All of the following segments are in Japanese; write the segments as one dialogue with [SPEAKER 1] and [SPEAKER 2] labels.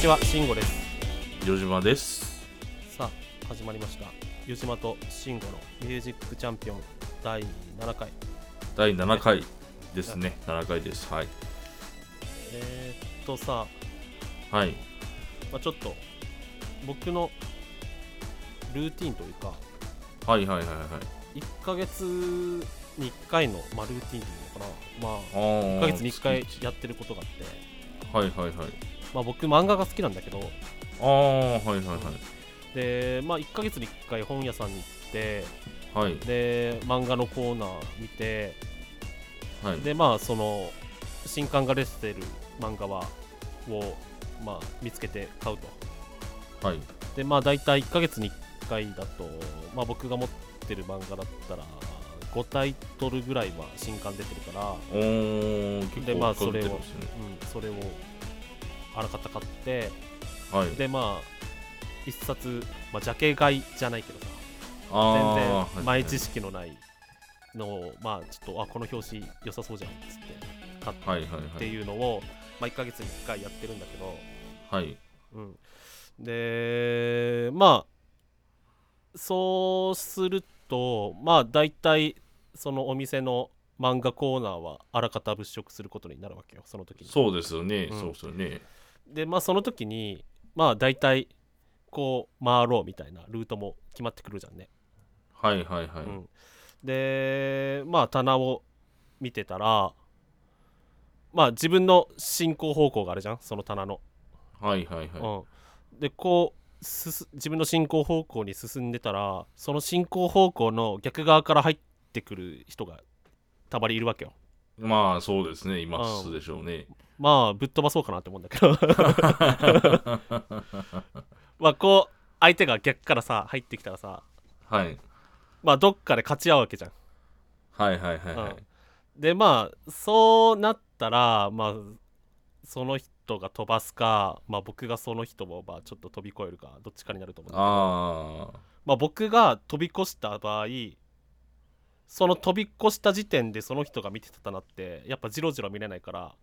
[SPEAKER 1] ちは、慎吾です。
[SPEAKER 2] ジョジマです。
[SPEAKER 1] さあ、始まりました。湯島と慎吾のミュージックチャンピオン第7回。
[SPEAKER 2] 第7回ですね。7回です。はい。
[SPEAKER 1] えー、っとさ、
[SPEAKER 2] はい。
[SPEAKER 1] まあ、ちょっと僕のルーティンというか、
[SPEAKER 2] はいはいはいはい。
[SPEAKER 1] 1ヶ月に1回の、まあ、ルーティンというのかな、ま
[SPEAKER 2] あ
[SPEAKER 1] あ、
[SPEAKER 2] ー
[SPEAKER 1] 1ヶ月に1回
[SPEAKER 2] 月
[SPEAKER 1] やってることがあって、
[SPEAKER 2] はいはいはい。
[SPEAKER 1] まあ、僕、漫画が好きなんだけど、
[SPEAKER 2] ああ、はいはいは
[SPEAKER 1] で、まあ、1ヶ月に1回本屋さんに行って、
[SPEAKER 2] い。はい
[SPEAKER 1] で、漫画のコーナー見て、
[SPEAKER 2] はい。
[SPEAKER 1] でまあその新刊が出てる漫画はを、まあ、見つけて買うと
[SPEAKER 2] はい。
[SPEAKER 1] でまあ大体1ヶ月に1回だと、まあ、僕が持ってる漫画だったら5タイトルぐらいは新刊出てるから、
[SPEAKER 2] おー、結構
[SPEAKER 1] でまあ
[SPEAKER 2] かぶってるん
[SPEAKER 1] それを
[SPEAKER 2] ですね。
[SPEAKER 1] うん、それをあらかた買って
[SPEAKER 2] はい。
[SPEAKER 1] でまあ一冊、まあ、ジャケ買いじゃないけどさ
[SPEAKER 2] あ
[SPEAKER 1] 全
[SPEAKER 2] ー
[SPEAKER 1] 然
[SPEAKER 2] はい
[SPEAKER 1] 前知識のないのをまあちょっとあこの表紙良さそうじゃんっつって買って
[SPEAKER 2] はいはい
[SPEAKER 1] っ
[SPEAKER 2] は
[SPEAKER 1] て
[SPEAKER 2] い。
[SPEAKER 1] いうのを、まあ、1ヶ月に1回やってるんだけど、
[SPEAKER 2] はい。
[SPEAKER 1] うん、でまあそうするとまあ大体そのお店の漫画コーナーはあらかた物色することになるわけよその時に。
[SPEAKER 2] そうですよね。
[SPEAKER 1] うん
[SPEAKER 2] そうですよね。
[SPEAKER 1] でまあその時にまあ大体こう回ろうみたいなルートも決まってくるじゃんね。
[SPEAKER 2] はいはいは
[SPEAKER 1] う
[SPEAKER 2] い。
[SPEAKER 1] ん、でまあ棚を見てたらまあ自分の進行方向があるじゃんその棚の。
[SPEAKER 2] はいはいは
[SPEAKER 1] うん、でこうすす自分の進行方向に進んでたらその進行方向の逆側から入ってくる人がたまにいるわけよ
[SPEAKER 2] い。まあそうですね。いますでしょうね。
[SPEAKER 1] まあぶっ飛ばそうかなって思うんだけ ど
[SPEAKER 2] は
[SPEAKER 1] まあこう相手が逆からさ入ってきたらさ
[SPEAKER 2] い。
[SPEAKER 1] まあどっかで勝ち合うわけじゃん、
[SPEAKER 2] はいはいはいは
[SPEAKER 1] う
[SPEAKER 2] い
[SPEAKER 1] ん。でまあそうなったらまあその人が飛ばすか、まあ、僕がその人をまあちょっと飛び越えるかどっちかになると思うんだけど
[SPEAKER 2] あ
[SPEAKER 1] まあ、僕が飛び越した場合その飛び越した時点でその人が見てた棚ってやっぱジロジロ見れないから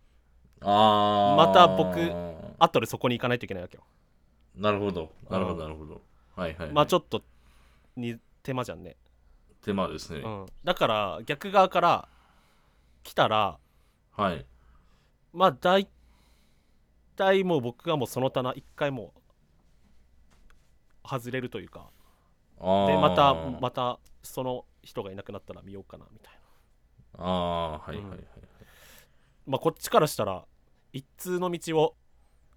[SPEAKER 2] あ。ああ。
[SPEAKER 1] また僕後でそこに行かないといけないわけよ、
[SPEAKER 2] なるほど、なるほ
[SPEAKER 1] うん
[SPEAKER 2] ど、なるほど。はいはいはい。
[SPEAKER 1] まあち
[SPEAKER 2] ょ
[SPEAKER 1] ょっとに手間じゃんね、
[SPEAKER 2] 手間ですね
[SPEAKER 1] う。ん、だから逆側から来たら
[SPEAKER 2] はい。
[SPEAKER 1] まあ大体もう僕がもうその棚一回もう外れるというか
[SPEAKER 2] ああ。
[SPEAKER 1] でまたまたその人がいなくなったら見ようかなみたいな
[SPEAKER 2] ああー、はいはいはい。
[SPEAKER 1] まあこっちからしたら一通の道を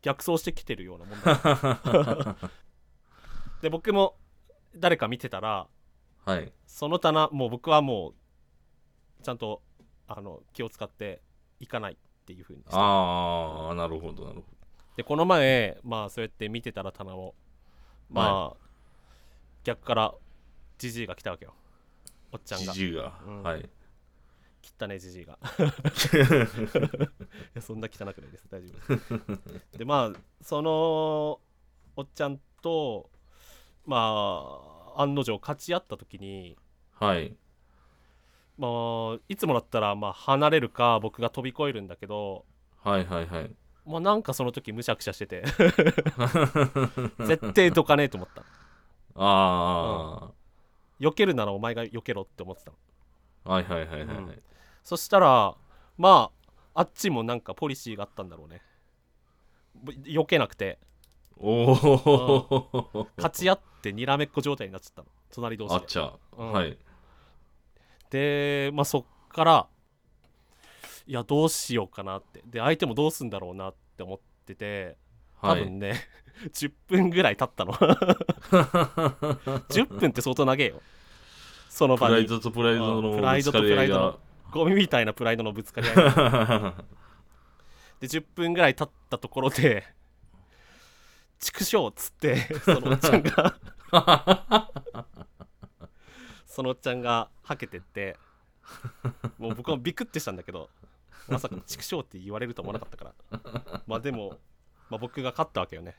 [SPEAKER 1] 逆走してきてるようなもんだで僕も誰か見てたら
[SPEAKER 2] はい。
[SPEAKER 1] その棚もう僕はもうちゃんとあの気を使って行かないっていう風にして
[SPEAKER 2] ああ、なるほど、なるほ
[SPEAKER 1] でこの前まあそうやって見てたら棚をまあ、逆からジジイが来たわけよおっち
[SPEAKER 2] ど。
[SPEAKER 1] ゃん
[SPEAKER 2] じ
[SPEAKER 1] が
[SPEAKER 2] じいが
[SPEAKER 1] うん。
[SPEAKER 2] はい。
[SPEAKER 1] 切ったねジジイがいやそんな汚くないです大丈夫ですでまあそのおっちゃんとまあ案の定勝ち合った時に
[SPEAKER 2] はい。
[SPEAKER 1] まあいつもだったらまあ離れるか僕が飛び越えるんだけど
[SPEAKER 2] はいはいはい。
[SPEAKER 1] まあなんかその時むしゃくしゃしてて 絶対どかねえと思った
[SPEAKER 2] あ
[SPEAKER 1] 避けるならお前が避けろって思ってたの
[SPEAKER 2] あ。はいはいはいはいは
[SPEAKER 1] う
[SPEAKER 2] い
[SPEAKER 1] ん。そしたらまああっちもなんかポリシーがあったんだろうねぼ避けなくて
[SPEAKER 2] おお。
[SPEAKER 1] 勝ち合ってにらめっこ状態になっちゃったの隣同
[SPEAKER 2] あ
[SPEAKER 1] 士で
[SPEAKER 2] っちゃ。
[SPEAKER 1] うん
[SPEAKER 2] はい。
[SPEAKER 1] で、まあ、そっからいやどうしようかなってで相手もどうすんだろうなって思ってて多
[SPEAKER 2] はい。
[SPEAKER 1] 分ね、10分ぐらい経 ったの10分って相当長えよその
[SPEAKER 2] プ
[SPEAKER 1] 場
[SPEAKER 2] ライ
[SPEAKER 1] に
[SPEAKER 2] ドとプライドの
[SPEAKER 1] うん
[SPEAKER 2] ぶ
[SPEAKER 1] プライド
[SPEAKER 2] つ
[SPEAKER 1] と
[SPEAKER 2] か
[SPEAKER 1] プ
[SPEAKER 2] り
[SPEAKER 1] ライ
[SPEAKER 2] 合い
[SPEAKER 1] ド
[SPEAKER 2] が
[SPEAKER 1] の。ゴミみたいなプライドのぶつかり合い で10分ぐらい経ったところで「畜生」っつってそのおっちゃんが そのおっちゃんがはけてってもう僕もビクッてしたんだけどまさか「畜生」って言われると思わなかったからまあでも、まあ、僕が勝ったわけよね、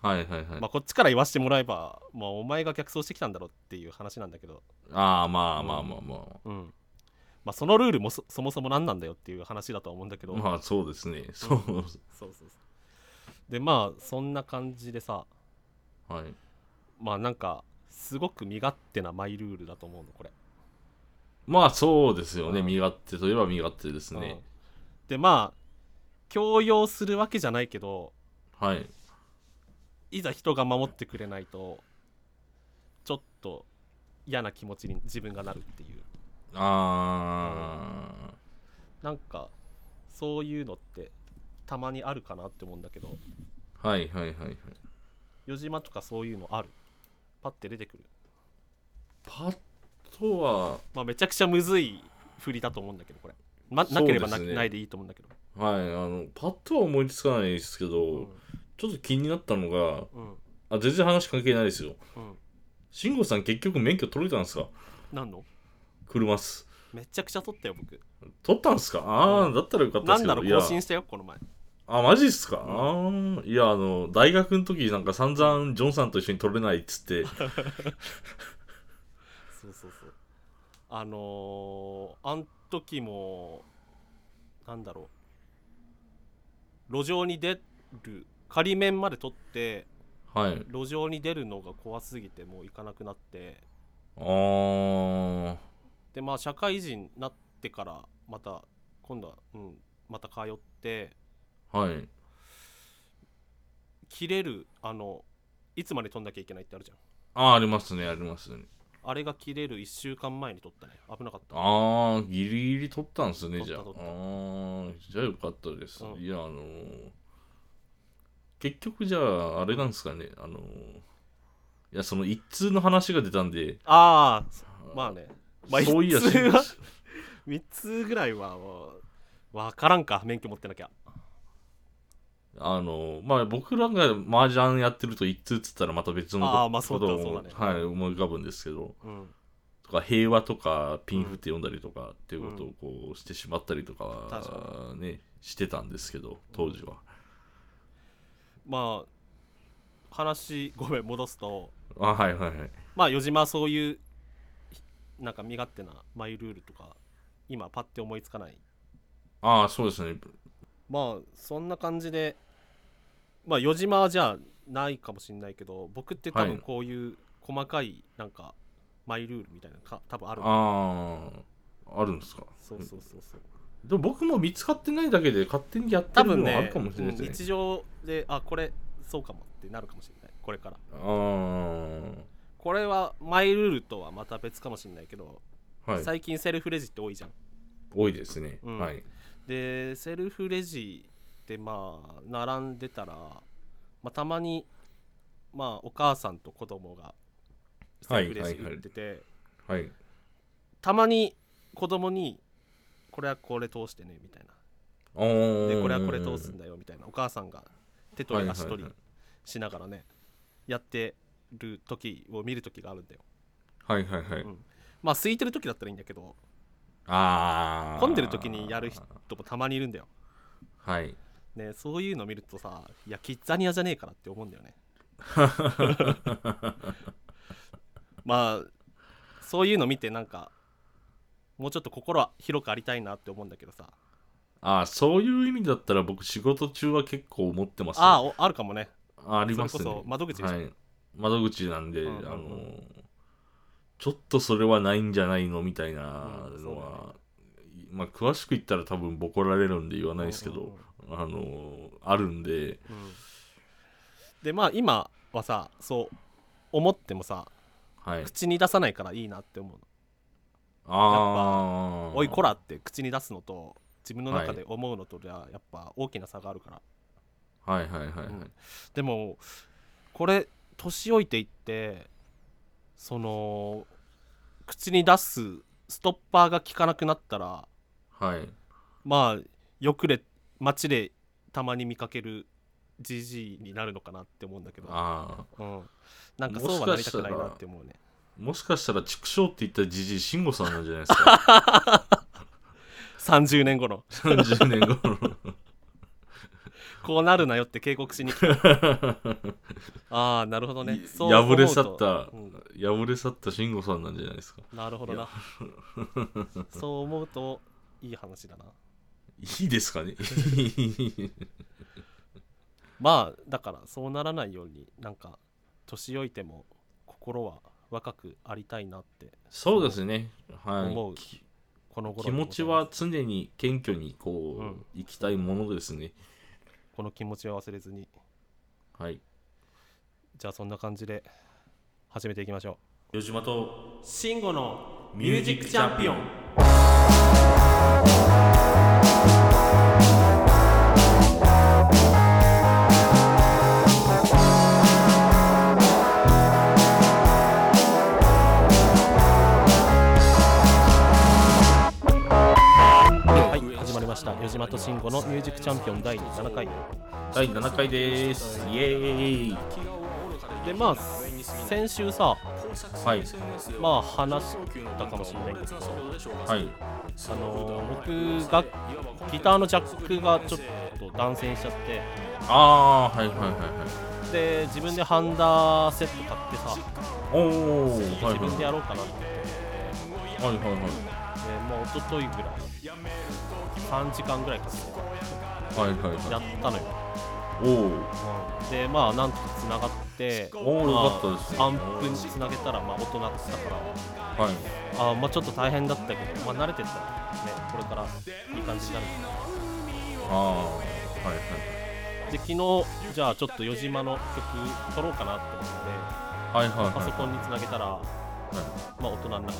[SPEAKER 2] はいはいはい
[SPEAKER 1] まあ、。こっちから言わせてもらえば、まあ、お前が逆走してきたんだろうっていう話なんだけど、
[SPEAKER 2] ああ、まあまあまあま
[SPEAKER 1] うんまあ、そのルールもそそもそも何なんだよっていう話だとは思うんだけ
[SPEAKER 2] あ。
[SPEAKER 1] ど、
[SPEAKER 2] まあそうですね。そう。
[SPEAKER 1] そうそうそうでまあそんな感じでさ
[SPEAKER 2] はい。
[SPEAKER 1] まあなんかすごく身勝手なマイルールだと思うのこれ。
[SPEAKER 2] まあそうですよね。
[SPEAKER 1] うん
[SPEAKER 2] 身勝手といえば身勝手です
[SPEAKER 1] うん
[SPEAKER 2] ね。
[SPEAKER 1] でまあ強要するわけじゃないけど
[SPEAKER 2] はい。
[SPEAKER 1] いざ人が守ってくれないとちょっと嫌な気持ちに自分がなるっていう
[SPEAKER 2] あ
[SPEAKER 1] なんかそういうのってたまにあるかなって思うんだけど
[SPEAKER 2] ー。はいはいはいはい。
[SPEAKER 1] 余島とかそういうのあるパッて出てくる
[SPEAKER 2] パッとは、
[SPEAKER 1] まあめちゃくちゃむずい振りだと思うんだけどこれ、ま、なければな,、
[SPEAKER 2] そうですね
[SPEAKER 1] ないでいいと思うんだけど、
[SPEAKER 2] はい、あの、パッとは思いつかないですけど、
[SPEAKER 1] う
[SPEAKER 2] ちょっと気になったのが、
[SPEAKER 1] んうん
[SPEAKER 2] あ、全然話関係ないですよ。
[SPEAKER 1] うん
[SPEAKER 2] 慎吾さん結局免許取れたんですか
[SPEAKER 1] なんの
[SPEAKER 2] 車っす。
[SPEAKER 1] めちゃくちゃ取ったよ僕
[SPEAKER 2] 取ったんすかああ、
[SPEAKER 1] うん
[SPEAKER 2] だったらよかったで
[SPEAKER 1] な
[SPEAKER 2] す
[SPEAKER 1] ん
[SPEAKER 2] け
[SPEAKER 1] な
[SPEAKER 2] ど。
[SPEAKER 1] ら
[SPEAKER 2] いや
[SPEAKER 1] 更新したよこの前
[SPEAKER 2] あ、マジっすか、ああ、いや、あの、大学の時なんか散々ジョンさんと一緒に取れないっ つって、
[SPEAKER 1] そうそうそうあのー、あん時もなんだろう路上に出る仮面まで取って
[SPEAKER 2] はい。
[SPEAKER 1] 路上に出るのが怖すぎてもう行かなくなって
[SPEAKER 2] あー、
[SPEAKER 1] でまあ社会人になってからまた今度は、うん、また通って
[SPEAKER 2] はい。
[SPEAKER 1] 切れるあのいつまで取んなきゃいけないってあるじゃん
[SPEAKER 2] あー、ありますね、ありますね。
[SPEAKER 1] あれが切れる1週間前に取ったね危なかった
[SPEAKER 2] あー、ギリギリ取ったんですね、
[SPEAKER 1] 取
[SPEAKER 2] じ
[SPEAKER 1] っ
[SPEAKER 2] ゃあ。
[SPEAKER 1] た
[SPEAKER 2] あ
[SPEAKER 1] 取った
[SPEAKER 2] ー、じゃあよかったです。
[SPEAKER 1] うん
[SPEAKER 2] いや、あのー結局じゃあ、あれなんですかね、あのーいや、その一通の話が出たんで、
[SPEAKER 1] ああまあねまあ
[SPEAKER 2] そういや、
[SPEAKER 1] 一通は
[SPEAKER 2] し
[SPEAKER 1] 3つぐらいは分からんか免許持ってなきゃ
[SPEAKER 2] あの、まあ、僕らが麻雀やってると一通っつったらまた別の
[SPEAKER 1] あーまあそうだ
[SPEAKER 2] こと
[SPEAKER 1] そうだ
[SPEAKER 2] を、
[SPEAKER 1] ね
[SPEAKER 2] はい、思い浮かぶんですけど、
[SPEAKER 1] うん
[SPEAKER 2] とか平和とかピンフって読んだりとかっていうことをこうしてしまったりとか
[SPEAKER 1] 確
[SPEAKER 2] はね、してたんですけど、当時は。
[SPEAKER 1] まあ話ごめん戻すと
[SPEAKER 2] あ、はいはいはい。
[SPEAKER 1] まあ余島はそういうなんか身勝手なマイルールとか今パッて思いつかない
[SPEAKER 2] ああ、そうですね。
[SPEAKER 1] まあそんな感じでまあ余島はじゃあないかもしれないけど僕って多
[SPEAKER 2] は
[SPEAKER 1] 分
[SPEAKER 2] い
[SPEAKER 1] こういう細かいなんかマイルールみたいなのか多分ある
[SPEAKER 2] ああ、あるんですか。
[SPEAKER 1] そうそうそうそう
[SPEAKER 2] でも僕も見つかってないだけで勝手にやって
[SPEAKER 1] 多
[SPEAKER 2] る
[SPEAKER 1] 分
[SPEAKER 2] のはあ
[SPEAKER 1] ね
[SPEAKER 2] るかもしれな
[SPEAKER 1] う
[SPEAKER 2] い
[SPEAKER 1] ん
[SPEAKER 2] です
[SPEAKER 1] 日
[SPEAKER 2] ね。
[SPEAKER 1] 常であこれそうかもってなるかもしれないこれから
[SPEAKER 2] あ
[SPEAKER 1] これはマイルールとはまた別かもしれないけど、
[SPEAKER 2] あ、はい。
[SPEAKER 1] 最近セルフレジって多いじゃん
[SPEAKER 2] 多いですね。
[SPEAKER 1] うん
[SPEAKER 2] はい。
[SPEAKER 1] でセルフレジでまあ並んでたら、まあ、たまにまあお母さんと子供がセルフレジ行ってて、
[SPEAKER 2] はい。
[SPEAKER 1] たまに子供にこれはこれ通してねみたいな
[SPEAKER 2] あー
[SPEAKER 1] でこれはこれ通すんだよみたいなお母さんが手取り足取りしながらね、やってる時を見る時があるんだよ
[SPEAKER 2] はいはいはい。
[SPEAKER 1] うんまあ空いてる時だったらいいんだけど
[SPEAKER 2] ああ。
[SPEAKER 1] 混んでる時にやる人もたまにいるんだよ
[SPEAKER 2] はい。
[SPEAKER 1] ね、そういうの見るとさいやキッザニアじゃねえからって思うんだ よねまあそういうの見てなんかもうちょっと心は広くありたいなって思うんだけどさ
[SPEAKER 2] ああ、そういう意味だったら僕仕事中は結構思ってます、
[SPEAKER 1] ああおあるかもね
[SPEAKER 2] ああります
[SPEAKER 1] そ
[SPEAKER 2] ね。
[SPEAKER 1] れこそ窓口でしょ
[SPEAKER 2] はい。窓口なんで、
[SPEAKER 1] うんうんうん
[SPEAKER 2] あのーちょっとそれはないんじゃないのみたいな
[SPEAKER 1] うん
[SPEAKER 2] のは、まあ、詳しく言ったら多分ボコられるんで言わないですけ
[SPEAKER 1] うんうん
[SPEAKER 2] ど、あのーあるんで、
[SPEAKER 1] うんでまあ今はさそう思ってもさ
[SPEAKER 2] はい。
[SPEAKER 1] 口に出さないからいいなって思う
[SPEAKER 2] ああ
[SPEAKER 1] の。おいこらって口に出すのと自分の中で思うのとではやっぱ大きな差があるから
[SPEAKER 2] はいはいはいはい。
[SPEAKER 1] うんでもこれ年老いていってその口に出すストッパーが効かなくなったら
[SPEAKER 2] はい。
[SPEAKER 1] まあよくで街でたまに見かけるじじいになるのかなって思うんだけど、
[SPEAKER 2] ああ。
[SPEAKER 1] うん、なんかそうはなりたくないなって思うね
[SPEAKER 2] もしかしたら畜生って言ったじじい、慎吾さんなんじゃないですか。
[SPEAKER 1] 30年後の
[SPEAKER 2] 30年後 の。
[SPEAKER 1] こうなるなよって警告しに来 たああなるほどね
[SPEAKER 2] い
[SPEAKER 1] そう思う
[SPEAKER 2] 破れ
[SPEAKER 1] と
[SPEAKER 2] 去った、
[SPEAKER 1] うん
[SPEAKER 2] 破れ去った慎吾さんなんじゃないですか
[SPEAKER 1] なるほどなそう思うと いい話だない
[SPEAKER 2] いですかね
[SPEAKER 1] まあだからそうならないようになんか年老いても心は若くありたいなって
[SPEAKER 2] そうですね。はい。
[SPEAKER 1] 思うこの頃でご
[SPEAKER 2] 気
[SPEAKER 1] ざい
[SPEAKER 2] 持
[SPEAKER 1] ます
[SPEAKER 2] ちは常に謙虚にこう、
[SPEAKER 1] うん
[SPEAKER 2] 行きたいものですね。
[SPEAKER 1] この気持ちは忘れずに
[SPEAKER 2] はい。
[SPEAKER 1] じゃあそんな感じで始めていきましょ
[SPEAKER 2] 吉島と
[SPEAKER 1] う慎吾の
[SPEAKER 2] ミュージックチャンピオン
[SPEAKER 1] はい始まりました余島と慎吾のミュージックチャンピオン第7回
[SPEAKER 2] 第7回です。イエーイ。
[SPEAKER 1] でまあ先週さ
[SPEAKER 2] はい。
[SPEAKER 1] まあ話したかもしれないけど
[SPEAKER 2] はい。
[SPEAKER 1] あのー僕がギターのジャックがちょっと断線しちゃって
[SPEAKER 2] ああ、はいはいはいはい。
[SPEAKER 1] で自分でハンダーセット買ってさ
[SPEAKER 2] おお、はいはい
[SPEAKER 1] 自分でやろうかなって、
[SPEAKER 2] はいはいはい。
[SPEAKER 1] でもう一昨日ぐらい3時間ぐらいかけ
[SPEAKER 2] はいはい
[SPEAKER 1] てや
[SPEAKER 2] は
[SPEAKER 1] っ
[SPEAKER 2] い。
[SPEAKER 1] たのよ、
[SPEAKER 2] お
[SPEAKER 1] でまあなんとかつながって
[SPEAKER 2] おおお、よかったですね。
[SPEAKER 1] アンプにつなげたらまあ音鳴ってたから
[SPEAKER 2] はい。
[SPEAKER 1] あーまあちょっと大変だったけど、まあ、慣れてったらねこれからいい感じになる
[SPEAKER 2] ああ、はいは
[SPEAKER 1] で昨日じゃあちょっと余島の曲撮ろうかなって思って
[SPEAKER 2] いはい。はいはいはい。
[SPEAKER 1] パソコンにつなげたらま
[SPEAKER 2] は
[SPEAKER 1] あ大人になって
[SPEAKER 2] い。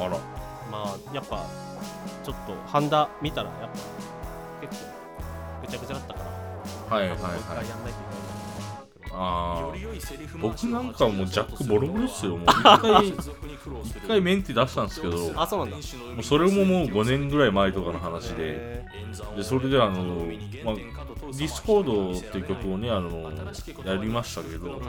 [SPEAKER 2] あら。
[SPEAKER 1] まあやっぱちょっとハンダ見たらやっぱ結構ぐちゃぐちゃだったから
[SPEAKER 2] はいはい
[SPEAKER 1] もう一
[SPEAKER 2] は
[SPEAKER 1] 回
[SPEAKER 2] い。
[SPEAKER 1] やんないといけないな
[SPEAKER 2] ああ。僕なんかもうジャックボロボロっすよ。もう一回、一回メンテ出したんですけど、
[SPEAKER 1] あそうなんだ
[SPEAKER 2] もうそれももう5年ぐらい前とかの話で、
[SPEAKER 1] へ
[SPEAKER 2] でそれであの、まあ、ディスコードっていう曲をねあのやりましたけど、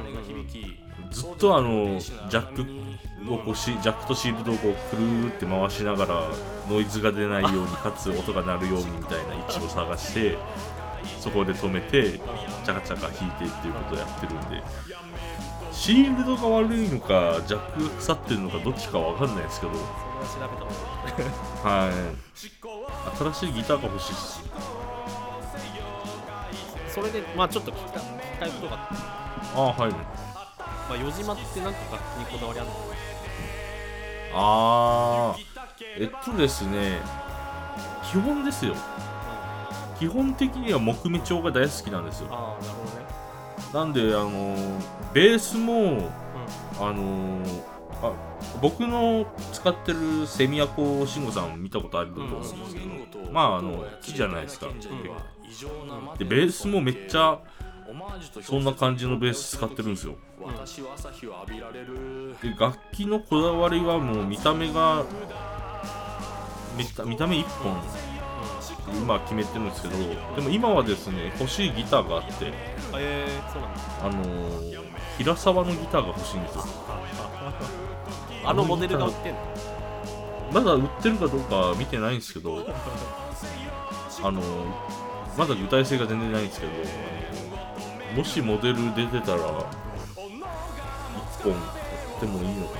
[SPEAKER 2] ずっとあのジャックをこうしジャックとシールドをこうくるーって回しながらノイズが出ないようにかつ音が鳴るようにみたいな位置を探してそこで止めてチャカチャカ弾いてっていうことをやってるんでシールドが悪いのかジャックが腐ってるのかどっちかわかんないですけど
[SPEAKER 1] ーそれは調べた方がいい
[SPEAKER 2] はい新しいギターが欲しいです
[SPEAKER 1] それでまあちょっと聞きた聞きたいことがあって、
[SPEAKER 2] あはい
[SPEAKER 1] まあ、余島ってなんか楽器にこだわりあるの
[SPEAKER 2] ああえっとですね基本ですよ基本的には木目調が大好きなんですよ
[SPEAKER 1] ああなるほどね
[SPEAKER 2] なんであのーベースもあのーあ僕の使ってるセミアコを慎吾さん見たことあると思うんですけど、まああの木じゃないですか、でベースもめっちゃそんな感じのベース使ってるんですよで楽器のこだわりはもう見た目が見た見た目1本今決めてるんですけどでも今はですね欲しいギターがあって
[SPEAKER 1] うんえー、そうなんだ
[SPEAKER 2] あのー平沢のギターが欲しいんですよ
[SPEAKER 1] あのモデルが売ってんの
[SPEAKER 2] まだ売ってるかどうかは見てないんですけどあのまだ具体性が全然ないんですけどあのもしモデル出てたら1本買ってもいいのか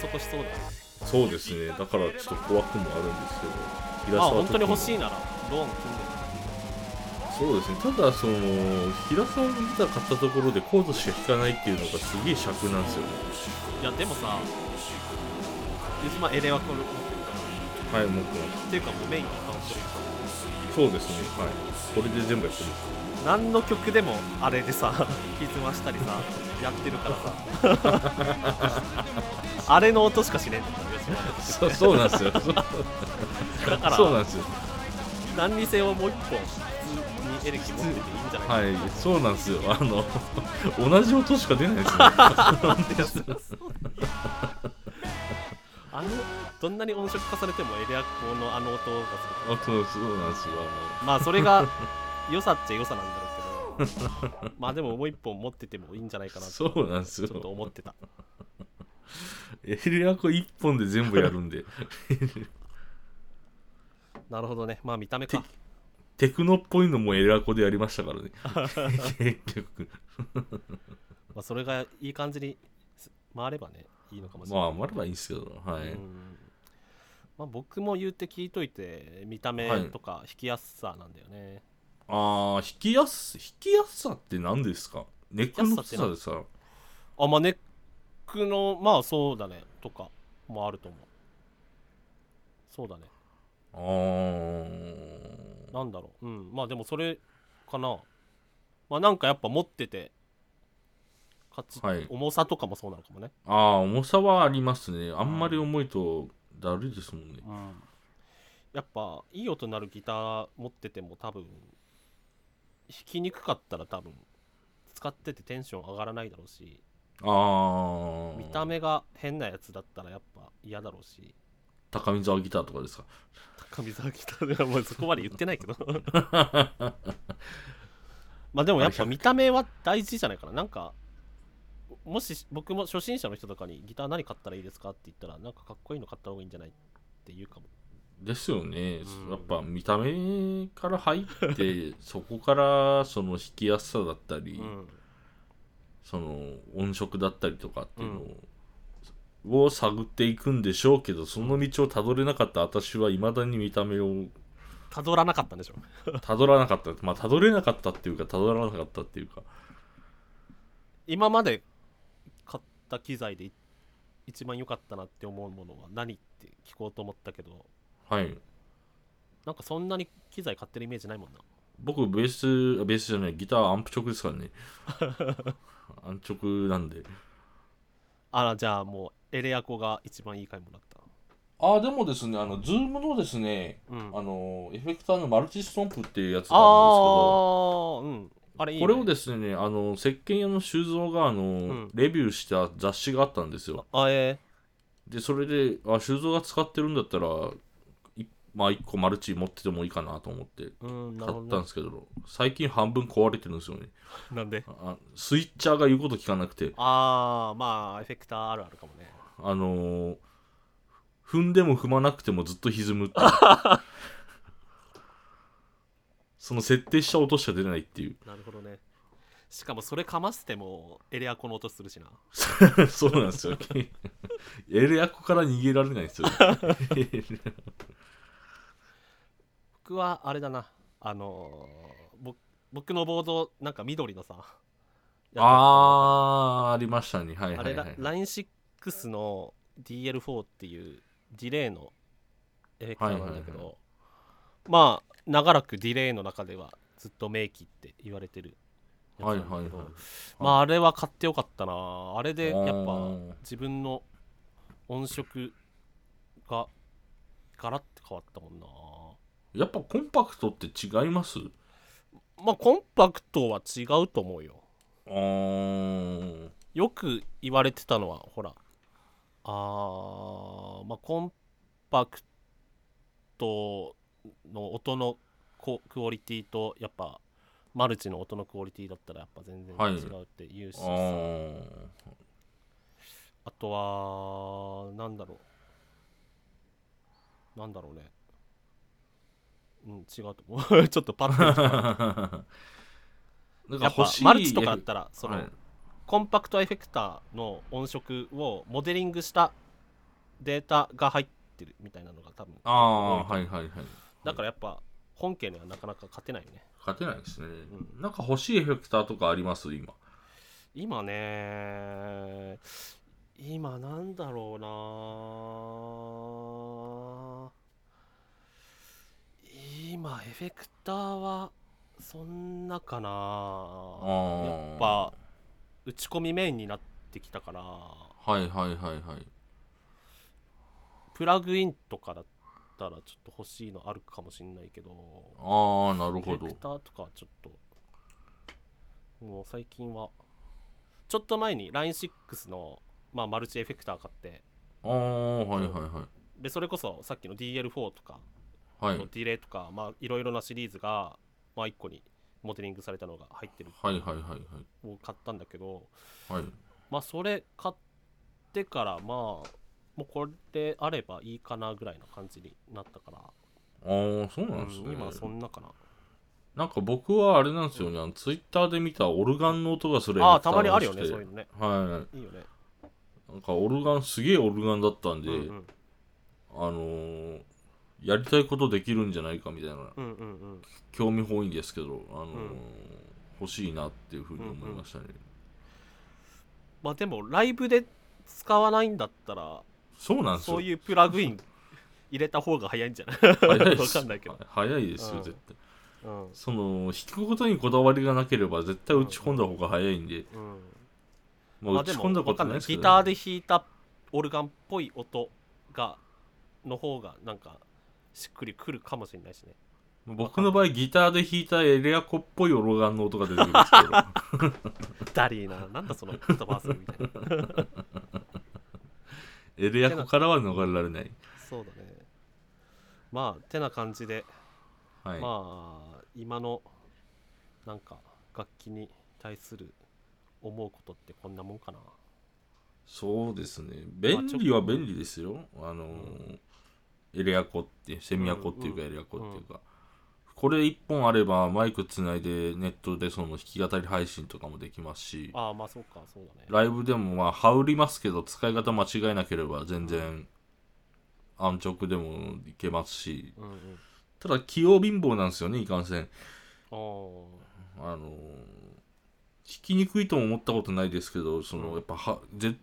[SPEAKER 1] そこそこしそうだ
[SPEAKER 2] なそうですねだからちょっと怖くもあるんですけど
[SPEAKER 1] あ本当に欲し
[SPEAKER 2] い
[SPEAKER 1] いならローン組んで
[SPEAKER 2] そうですねただその平沢のギター買ったところでコードしか弾かないっていうのがすげえ尺なんですよね
[SPEAKER 1] いやでもさ余島エレワコル持ってるから
[SPEAKER 2] はいもうこ
[SPEAKER 1] っていうかもうメインに関してる
[SPEAKER 2] のそうですねはいこれで全部やってます
[SPEAKER 1] 何の曲でもあれでさ 歪ましたり さやってるからさ あれの音しかしねえんだから吉村の曲
[SPEAKER 2] そうそうなんで すよそう
[SPEAKER 1] だから
[SPEAKER 2] そうなんですよ
[SPEAKER 1] 何にせよもう一本普通にエレキ持ってていいんじゃないか
[SPEAKER 2] はい、そうなんですよ。あの、同じ音しか出ない ですよ。
[SPEAKER 1] あのどんなに音色化されてもエレアコのあの音がする
[SPEAKER 2] あそうそうなんですよ。
[SPEAKER 1] まあそれ が良さっちゃ良さなんだろうけどまあでももう一本持っててもいいんじゃない
[SPEAKER 2] あ
[SPEAKER 1] か
[SPEAKER 2] の
[SPEAKER 1] なと
[SPEAKER 2] そうなんです
[SPEAKER 1] ちょっと
[SPEAKER 2] よ。
[SPEAKER 1] 思ってた
[SPEAKER 2] エレアコ一本で全部や るんで。
[SPEAKER 1] なるほどねまあ見た目か
[SPEAKER 2] てテクノっぽいのもエレアコでやりましたからね。 結局。
[SPEAKER 1] まあ、それがいい感じにす回ればねいいのかもしれ
[SPEAKER 2] ま
[SPEAKER 1] ない、
[SPEAKER 2] あ、余ればいいんですけど。は
[SPEAKER 1] う
[SPEAKER 2] い。
[SPEAKER 1] んまあ、僕も言うて聞いといて見た目とか弾きやすさなんだよね、
[SPEAKER 2] ああ、引きやす、引きやすさって何ですかネックの太さでさ、
[SPEAKER 1] あまあネックのまあそうだねとかもあると思うそうだね
[SPEAKER 2] あー
[SPEAKER 1] なんだろううんまあでもそれかなまあなんかやっぱ持っててかつ、
[SPEAKER 2] はい
[SPEAKER 1] 重さとかもそうなのかもね
[SPEAKER 2] あー、重さはありますね。あんまり重いとだるいですもんね。
[SPEAKER 1] うんやっぱいい音鳴るギター持ってても多分弾きにくかったら多分使っててテンション上がらないだろうし
[SPEAKER 2] ああ、
[SPEAKER 1] 見た目が変なやつだったらやっぱ嫌だろうし
[SPEAKER 2] 高見沢ギターとかですか。
[SPEAKER 1] 高見沢ギターではもうそこまで言ってないけど まあでもやっぱ見た目は大事じゃないかななんかもし僕も初心者の人とかにギター何買ったらいいですかって言ったらなんかかっこいいの買った方がいいんじゃないって言うかも
[SPEAKER 2] ですよね、
[SPEAKER 1] うん
[SPEAKER 2] やっぱ見た目から入って そこからその弾きやすさだったり、
[SPEAKER 1] うん
[SPEAKER 2] その音色だったりとかっていうの
[SPEAKER 1] う
[SPEAKER 2] を,、を探っていくんでしょうけどその道をたどれなかった私はいまだに見た目を
[SPEAKER 1] たどらなかったんでしょ
[SPEAKER 2] たどらなかったまあたどれなかったっていうかたどらなかったっていうか
[SPEAKER 1] 今まで買った機材で一番良かったなって思うものは何って聞こうと思ったけど
[SPEAKER 2] はい
[SPEAKER 1] なんかそんなに機材買ってるイメージないもんな
[SPEAKER 2] 僕ベースあベースじゃないギターアンプ直ですから ねアンプ直なんで
[SPEAKER 1] あらじゃあもうエレアコが一番いい買い物だっ
[SPEAKER 2] ああでもですねあのズームのですね
[SPEAKER 1] たうん
[SPEAKER 2] あのエフェクターのマルチストンプっていうやつが
[SPEAKER 1] あ
[SPEAKER 2] あ
[SPEAKER 1] あうんあれ
[SPEAKER 2] る
[SPEAKER 1] い
[SPEAKER 2] んですけど
[SPEAKER 1] い、
[SPEAKER 2] これをですねあの石鹸屋の修造があの、
[SPEAKER 1] ん
[SPEAKER 2] レビューした雑誌があったんですよ
[SPEAKER 1] あえ
[SPEAKER 2] でそれであ修造が使ってるんだったらいまあ1個マルチ持っててもいいかなと思って
[SPEAKER 1] ー、うんな
[SPEAKER 2] 買
[SPEAKER 1] るほ
[SPEAKER 2] った
[SPEAKER 1] ど
[SPEAKER 2] ん
[SPEAKER 1] ね
[SPEAKER 2] ですけど最近半分壊れてるんですよね
[SPEAKER 1] なん で
[SPEAKER 2] あスイッチャーが言うこと聞かなくて
[SPEAKER 1] ああまあエフェクターあるあるかもね
[SPEAKER 2] あのー踏んでも踏まなくてもずっと歪むっていう その設定した音しか出ないっていう
[SPEAKER 1] なるほどねしかもそれかませてもエレアコの音するしな
[SPEAKER 2] そうなんですよ。エレアコから逃げられないんで すよ。
[SPEAKER 1] 僕はあれだなあのー、ぼ僕のボードなんか緑のさやつあ
[SPEAKER 2] あー、ありましたね。はい
[SPEAKER 1] った
[SPEAKER 2] は
[SPEAKER 1] あれ
[SPEAKER 2] い
[SPEAKER 1] だ、
[SPEAKER 2] はい。
[SPEAKER 1] LINE6 の DL4 っていうディレイのエフェクターなんだけど、
[SPEAKER 2] はいはいは
[SPEAKER 1] まあ長らくディレイの中ではずっと名機って言われてるやつなんだけど
[SPEAKER 2] はいはいはい
[SPEAKER 1] まああれは買ってよかったなあれでや
[SPEAKER 2] あ
[SPEAKER 1] っぱ
[SPEAKER 2] ー
[SPEAKER 1] 自分の音色がガラッと変わったもんな
[SPEAKER 2] やっぱコンパクトって違います
[SPEAKER 1] まあコンパクトは違うと思うよ
[SPEAKER 2] あー
[SPEAKER 1] よく言われてたのはほらあーまあコンパクトの音のこクオリティとやっぱマルチの音のクオリティだったらやっぱ全然
[SPEAKER 2] はい
[SPEAKER 1] 違うって言うし
[SPEAKER 2] あ
[SPEAKER 1] さ、
[SPEAKER 2] ー。
[SPEAKER 1] あとはなんだろうなんだろうねうん違うと思う ちょっとパッと出てこない
[SPEAKER 2] なん
[SPEAKER 1] やっ
[SPEAKER 2] か
[SPEAKER 1] ぱ
[SPEAKER 2] 欲しい
[SPEAKER 1] マルチとかだったらその、
[SPEAKER 2] はい
[SPEAKER 1] コンパクトエフェクターの音色をモデリングしたデータが入ってるみたいなのが多分
[SPEAKER 2] あー、はいはいはい。
[SPEAKER 1] だからやっぱ本家にはなかなか勝てないよね
[SPEAKER 2] 勝てないですね。
[SPEAKER 1] う
[SPEAKER 2] なんか欲しいエフェクターとかあります今。
[SPEAKER 1] 今ね今なんだろうな今エフェクターはそんなか
[SPEAKER 2] あ
[SPEAKER 1] な
[SPEAKER 2] ー
[SPEAKER 1] やっぱ打ち込みメインになってきたから
[SPEAKER 2] はいはいはいはい。
[SPEAKER 1] プラグインとかだったらちょっと欲しいのあるかもしんないけど
[SPEAKER 2] あー、なる
[SPEAKER 1] エフ
[SPEAKER 2] ほ
[SPEAKER 1] ェ
[SPEAKER 2] ど
[SPEAKER 1] ク。ターとかはちょっともう最近はちょっと前に LINE6 の、まあ、マルチエフェクター買って
[SPEAKER 2] あー、はいはいはい。
[SPEAKER 1] でそれこそさっきの DL4 とか
[SPEAKER 2] はい
[SPEAKER 1] のディレイとか、まあいろいろなシリーズが、まあ、1個にモデリングされたのが入ってる
[SPEAKER 2] はいはいはい
[SPEAKER 1] を買ったんだけど
[SPEAKER 2] はいはい
[SPEAKER 1] まあそれ買ってからまあもうこれあればいいかなぐらいな感じになったから
[SPEAKER 2] ああそうなんです
[SPEAKER 1] うん
[SPEAKER 2] ね、
[SPEAKER 1] 今はそんなかな
[SPEAKER 2] なんか僕はあれなんですよねあのツイッターで見たオルガンの音がする
[SPEAKER 1] ああ
[SPEAKER 2] エフェクタ
[SPEAKER 1] た
[SPEAKER 2] ー
[SPEAKER 1] まに
[SPEAKER 2] が
[SPEAKER 1] あ
[SPEAKER 2] 欲
[SPEAKER 1] る
[SPEAKER 2] し
[SPEAKER 1] よ
[SPEAKER 2] く
[SPEAKER 1] ね
[SPEAKER 2] て
[SPEAKER 1] そういうのね
[SPEAKER 2] はい
[SPEAKER 1] いよね、
[SPEAKER 2] なんかオルガンすげえオルガンだったんで、
[SPEAKER 1] うんうん
[SPEAKER 2] あのーやりたいことできるんじゃないかみたいな
[SPEAKER 1] うんうんうん
[SPEAKER 2] 興味本位ですけど、あの
[SPEAKER 1] う
[SPEAKER 2] ー
[SPEAKER 1] ん
[SPEAKER 2] 欲しいなっていうふうに思いましたね、
[SPEAKER 1] まあでもライブで使わないんだったら
[SPEAKER 2] そうなんですよ
[SPEAKER 1] そういうプラグイン入れた方が早いんじ ゃない
[SPEAKER 2] 早いで
[SPEAKER 1] わ
[SPEAKER 2] す
[SPEAKER 1] かんないけど
[SPEAKER 2] は早いです
[SPEAKER 1] う
[SPEAKER 2] よ
[SPEAKER 1] ん
[SPEAKER 2] 絶対
[SPEAKER 1] うん
[SPEAKER 2] その弾くことにこだわりがなければ絶対打ち込んだ方が早いんで、
[SPEAKER 1] うん
[SPEAKER 2] まあ、打ち込んだこ
[SPEAKER 1] わか
[SPEAKER 2] と
[SPEAKER 1] んない
[SPEAKER 2] ないですけ
[SPEAKER 1] ギ
[SPEAKER 2] ど、
[SPEAKER 1] ターで弾いたオルガンっぽい音がの方がなんかしっくりくるかもしれないしね
[SPEAKER 2] 僕の場合ギターで弾いたエレアコっぽいオロガンの音が出てくるんですけ ど
[SPEAKER 1] ダリーななんだその言葉遊びみたい な
[SPEAKER 2] エレアコからは逃れられない、
[SPEAKER 1] そうだねまあてな感じで、
[SPEAKER 2] はい
[SPEAKER 1] まあ今のなんか楽器に対する思うことってこんなもんかな
[SPEAKER 2] そうですね便利は便利ですよあのーエレアコってセミアコっていうか
[SPEAKER 1] うん
[SPEAKER 2] エレアコっていうか、これ1本あればマイクつないでネットでその弾き語り配信とかもできますし
[SPEAKER 1] ああまあそうかそうだね
[SPEAKER 2] ライブでもまあ羽織りますけど使い方間違えなければ全然安直でもいけますし
[SPEAKER 1] うんうん
[SPEAKER 2] ただ器用貧乏なんですよねいかんせん
[SPEAKER 1] あー
[SPEAKER 2] あのー聞きにくいとも思ったことないですけどその、
[SPEAKER 1] うん
[SPEAKER 2] やっぱはぜ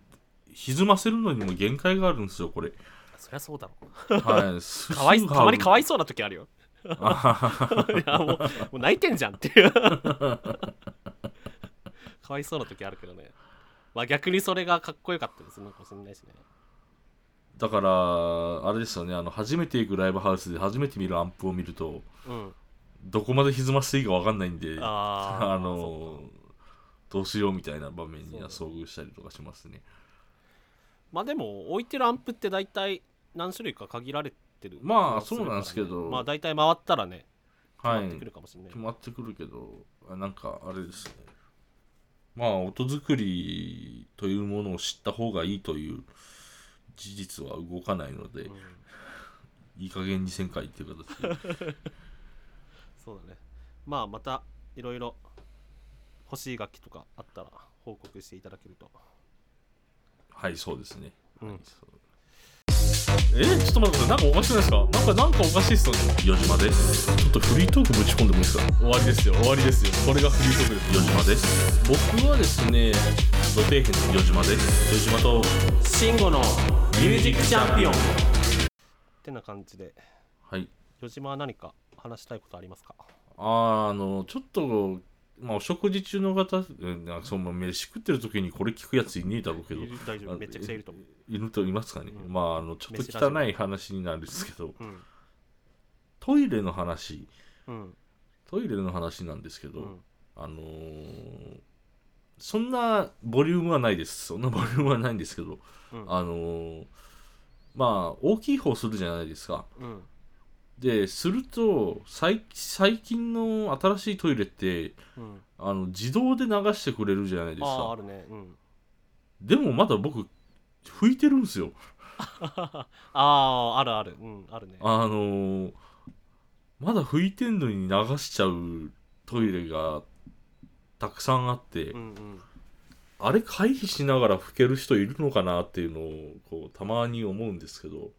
[SPEAKER 2] 歪ませるのにも限界があるんですよこれ
[SPEAKER 1] そりゃそうだろ
[SPEAKER 2] はいす
[SPEAKER 1] かわ
[SPEAKER 2] す
[SPEAKER 1] い
[SPEAKER 2] ぐ
[SPEAKER 1] たまにかわ
[SPEAKER 2] い
[SPEAKER 1] いそうな時ある よ
[SPEAKER 2] はい
[SPEAKER 1] やもうもう泣いてんじゃんっていう かわいそうな時あるけどねまあ逆にそれがかっこよかったりするのかもしれないしね
[SPEAKER 2] いだからあれですよねあの初めて行くライブハウスで初めて見るアンプを見ると
[SPEAKER 1] うん
[SPEAKER 2] どこまで歪ませていいか分かんないんで
[SPEAKER 1] あー
[SPEAKER 2] あのーどうしようみたいな場面には
[SPEAKER 1] そ
[SPEAKER 2] 遭遇したりとかしますね。
[SPEAKER 1] まあでも置いてるアンプって大体何種類か限られてる
[SPEAKER 2] ま
[SPEAKER 1] 気が
[SPEAKER 2] あ
[SPEAKER 1] するから
[SPEAKER 2] そうなんですけど
[SPEAKER 1] まあ大体回ったらね
[SPEAKER 2] は
[SPEAKER 1] 回
[SPEAKER 2] い
[SPEAKER 1] ってくるかもしれない、
[SPEAKER 2] 決まってくるけどあなんかあれですねまあ音作りというものを知った方がいいという事実は動かないので、
[SPEAKER 1] うん
[SPEAKER 2] いい加減にせんかいっていう形で
[SPEAKER 1] そうだねまあまたいろいろ欲しい楽器とかあったら報告していただけると
[SPEAKER 2] はいそうですね、
[SPEAKER 1] うん
[SPEAKER 2] はいそうえちょっと待ってくださいなんかおかしくないですかなんかなんかおかしいっすよね4時までですちょっとフリートークぶち込んでもいいですか終わりですよ終わりですよこれがフリートークです4時までです僕はですね土底辺の4時までです4時まと
[SPEAKER 1] 慎吾の
[SPEAKER 2] ミュージックチャンピオン
[SPEAKER 1] てな感じで
[SPEAKER 2] はい
[SPEAKER 1] 与島は何か話したいことありますか
[SPEAKER 2] あーあのちょっと、まあ、お食事中の方うんなんかその飯食ってる時にこれ聞くやついねえだろうけど
[SPEAKER 1] いる大丈
[SPEAKER 2] あ
[SPEAKER 1] 夫めちゃくちゃいると思う
[SPEAKER 2] いるといますかね、
[SPEAKER 1] うん
[SPEAKER 2] まああのちょっ
[SPEAKER 1] 飯
[SPEAKER 2] と
[SPEAKER 1] ラジオ
[SPEAKER 2] 汚い話になるんですけど
[SPEAKER 1] うん
[SPEAKER 2] トイレの話
[SPEAKER 1] うん
[SPEAKER 2] トイレの話なんですけ
[SPEAKER 1] う
[SPEAKER 2] ど、
[SPEAKER 1] ん
[SPEAKER 2] あのーそんなボリュームはないですそんなボリュームはないんですけど、
[SPEAKER 1] うん
[SPEAKER 2] あのーまあ大きい方するじゃないですか
[SPEAKER 1] うん
[SPEAKER 2] ですると最最近の新しいトイレって
[SPEAKER 1] うん
[SPEAKER 2] あの自動で流してくれるじゃないです
[SPEAKER 1] ああーあ
[SPEAKER 2] か
[SPEAKER 1] るねうん
[SPEAKER 2] でもまだ僕拭いてるんですよ
[SPEAKER 1] あああるあるうんあるね
[SPEAKER 2] あのーまだ拭いてんのに流しちゃうトイレがたくさんあって、
[SPEAKER 1] うんうん
[SPEAKER 2] あれ回避しながら拭ける人いるのかなっていうのをこうたまに思うんですけど